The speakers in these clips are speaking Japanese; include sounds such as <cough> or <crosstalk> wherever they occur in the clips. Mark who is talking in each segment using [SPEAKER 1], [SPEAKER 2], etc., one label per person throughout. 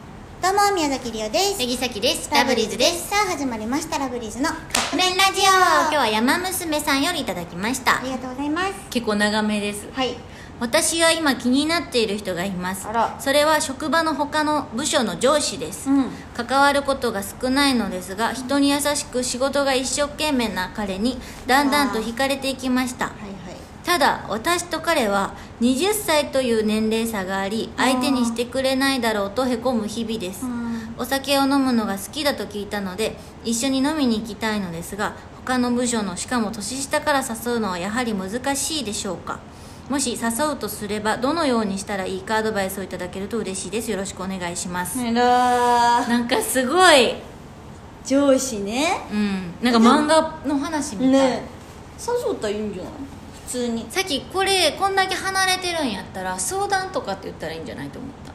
[SPEAKER 1] どうも宮崎りおです
[SPEAKER 2] 杉崎です
[SPEAKER 1] ラ
[SPEAKER 2] ラ
[SPEAKER 1] ブ
[SPEAKER 2] ブ
[SPEAKER 1] リー
[SPEAKER 2] リー
[SPEAKER 1] ズ
[SPEAKER 2] ズ
[SPEAKER 1] で
[SPEAKER 2] ですす
[SPEAKER 1] さあ始まりましたラブリーズのカップ麺ラジ
[SPEAKER 2] 今日
[SPEAKER 1] オ
[SPEAKER 2] は山娘さんよりいただきました
[SPEAKER 1] ありがとうございます
[SPEAKER 2] 結構長めです
[SPEAKER 1] はい
[SPEAKER 2] 私が今気になっている人がいます
[SPEAKER 1] あら
[SPEAKER 2] それは職場の他の部署の上司です、
[SPEAKER 1] うん
[SPEAKER 2] 関わることが少ないのですが人に優しく仕事が一生懸命な彼にだんだんと惹かれていきました
[SPEAKER 1] はいはい
[SPEAKER 2] ただ私と彼は20歳という年齢差があり相手にしてくれないだろうとへこむ日々です
[SPEAKER 1] うん
[SPEAKER 2] お酒を飲むのが好きだと聞いたので一緒に飲みに行きたいのですが他の部署のしかも年下から誘うのはやはり難しいでしょうかもし誘うとすればどのようにしたらいいかアドバイスをいただけると嬉しいですよろしくお願いします、
[SPEAKER 1] あらー
[SPEAKER 2] なんかすごい
[SPEAKER 1] 上司ね
[SPEAKER 2] うんなんか漫画の話みたい、
[SPEAKER 1] ねえ誘ったらいいんじゃない普通に
[SPEAKER 2] さっきこれこんだけ離れてるんやったら相談とかって言ったらいいんじゃないと思った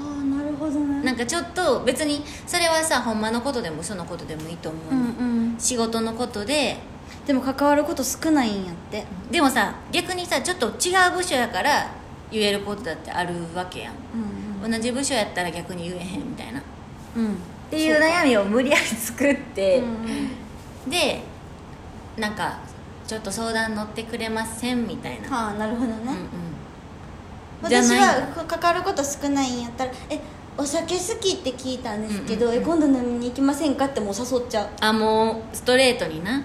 [SPEAKER 1] ああなるほどね
[SPEAKER 2] なんかちょっと別にそれはさほんまのことでも嘘のことでもいいと思う、
[SPEAKER 1] うんうん
[SPEAKER 2] 仕事のことで
[SPEAKER 1] でも関わること少ないんやって
[SPEAKER 2] でもさ逆にさちょっと違う部署やから言えることだってあるわけやん、
[SPEAKER 1] うん
[SPEAKER 2] 同じ部署やったら逆に言えへんみたいなっ
[SPEAKER 1] うんうんって
[SPEAKER 2] いう悩みを無理やり作って、でなんかちょっと相談乗ってくれませんみたいな、
[SPEAKER 1] はあなるほど
[SPEAKER 2] うんう
[SPEAKER 1] ね
[SPEAKER 2] んじゃ
[SPEAKER 1] 私
[SPEAKER 2] ない
[SPEAKER 1] はか関わること少ないんやったら「えお酒好きって聞いたんですけど、
[SPEAKER 2] うんうんうん
[SPEAKER 1] え今度飲みに行きませんか?」ってもう誘っちゃう
[SPEAKER 2] あもうストレートにな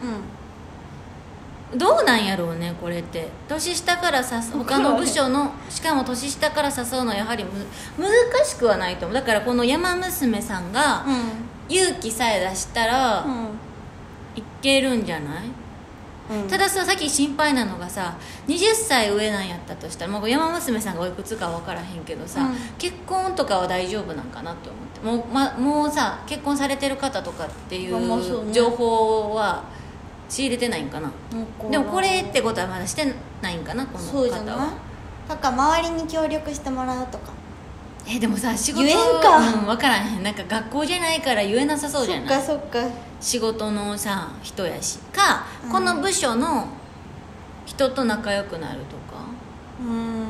[SPEAKER 1] う
[SPEAKER 2] どうなんやろうねこれって年下からさす他の部署のしかも年下から誘うのはやはりむ難しくはないと思うだからこの山娘さんが
[SPEAKER 1] ん
[SPEAKER 2] 勇気さえ出したら、いけるんじゃない、
[SPEAKER 1] うん、うん、
[SPEAKER 2] ただささっき心配なのがさ20歳上なんやったとしたら、まあ、山娘さんがおいくつか分からへんけどさ、
[SPEAKER 1] うん
[SPEAKER 2] 結婚とかは大丈夫なんかなと思ってもう,、ま、もうさ結婚されてる方とかってい
[SPEAKER 1] まあまあそう
[SPEAKER 2] う
[SPEAKER 1] ね
[SPEAKER 2] 情報は仕入れてないんかな、
[SPEAKER 1] なんか
[SPEAKER 2] でもこれってことはまだしてないんかなこの
[SPEAKER 1] そうじゃ
[SPEAKER 2] 方
[SPEAKER 1] ない
[SPEAKER 2] は
[SPEAKER 1] なんか周りに協力してもらうとか
[SPEAKER 2] えでもさ仕事
[SPEAKER 1] 言えんか
[SPEAKER 2] うん、分からへんなんか学校じゃないから言えなさそうじゃ
[SPEAKER 1] っ
[SPEAKER 2] ない
[SPEAKER 1] かそっか
[SPEAKER 2] 仕事のさ人やしか、
[SPEAKER 1] うん
[SPEAKER 2] この部署の人と仲良くなるとか
[SPEAKER 1] うん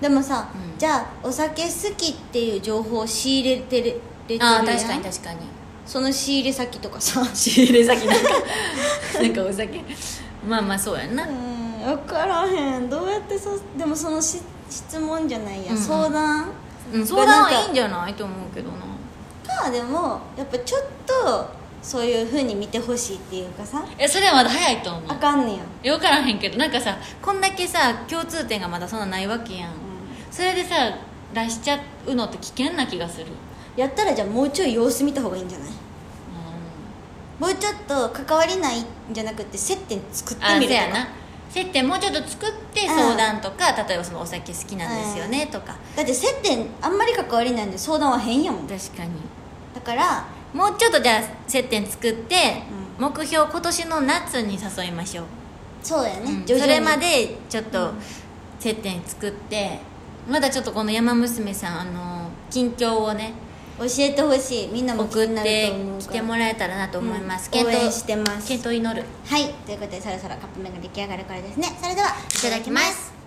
[SPEAKER 1] でもさ、
[SPEAKER 2] うん
[SPEAKER 1] じゃあお酒好きっていう情報を仕入れてるれてる
[SPEAKER 2] あ
[SPEAKER 1] や
[SPEAKER 2] あ
[SPEAKER 1] ん
[SPEAKER 2] 確かに確かに
[SPEAKER 1] その仕入れ先とかさ
[SPEAKER 2] 仕入れ先な
[SPEAKER 1] <laughs>
[SPEAKER 2] んかなんかお酒まあまあそうやんな、
[SPEAKER 1] うん分からへんどうやってそでもそのし質問じゃないや、
[SPEAKER 2] うんうん
[SPEAKER 1] 相談
[SPEAKER 2] うん、相談はいいんじゃないと思うけどな
[SPEAKER 1] かでもやっぱちょっとそういうふうに見てほしいっていうかさ
[SPEAKER 2] えそれはまだ早いと思
[SPEAKER 1] あかんねや、
[SPEAKER 2] うよからへんけどなんかさこんだけさ共通点がまだそんなないわけやんそれでさ出しちゃうのって危険な気がする、
[SPEAKER 1] やったらじゃあもうちょい様子見た方がいいんじゃないもうちょっと関わりないんじゃなくて接点作って
[SPEAKER 2] あ
[SPEAKER 1] みる
[SPEAKER 2] そう
[SPEAKER 1] とか
[SPEAKER 2] やな接点もうちょっと作って相談とか、例えばそのお酒好きなんですよねとか、
[SPEAKER 1] だって接点あんまり関わりないんで相談は変やもんだ
[SPEAKER 2] 確かに
[SPEAKER 1] から
[SPEAKER 2] もうちょっとじゃあ接点作って、目標今年の夏に誘いましょう、
[SPEAKER 1] そうやね、
[SPEAKER 2] うん
[SPEAKER 1] 徐々
[SPEAKER 2] そ
[SPEAKER 1] に
[SPEAKER 2] れまでちょっと接点作って、まだちょっとこの山娘さんあの近況をね
[SPEAKER 1] 教えてほしいみんなも気
[SPEAKER 2] 送
[SPEAKER 1] に
[SPEAKER 2] っ
[SPEAKER 1] なる
[SPEAKER 2] て
[SPEAKER 1] と思うから
[SPEAKER 2] きてもらえたらなと思います、
[SPEAKER 1] うん応
[SPEAKER 2] 検討
[SPEAKER 1] 援してます
[SPEAKER 2] 検討祈る
[SPEAKER 1] はいということでそろそろカップ麺が出来上がるからですねそれではい
[SPEAKER 2] いただきます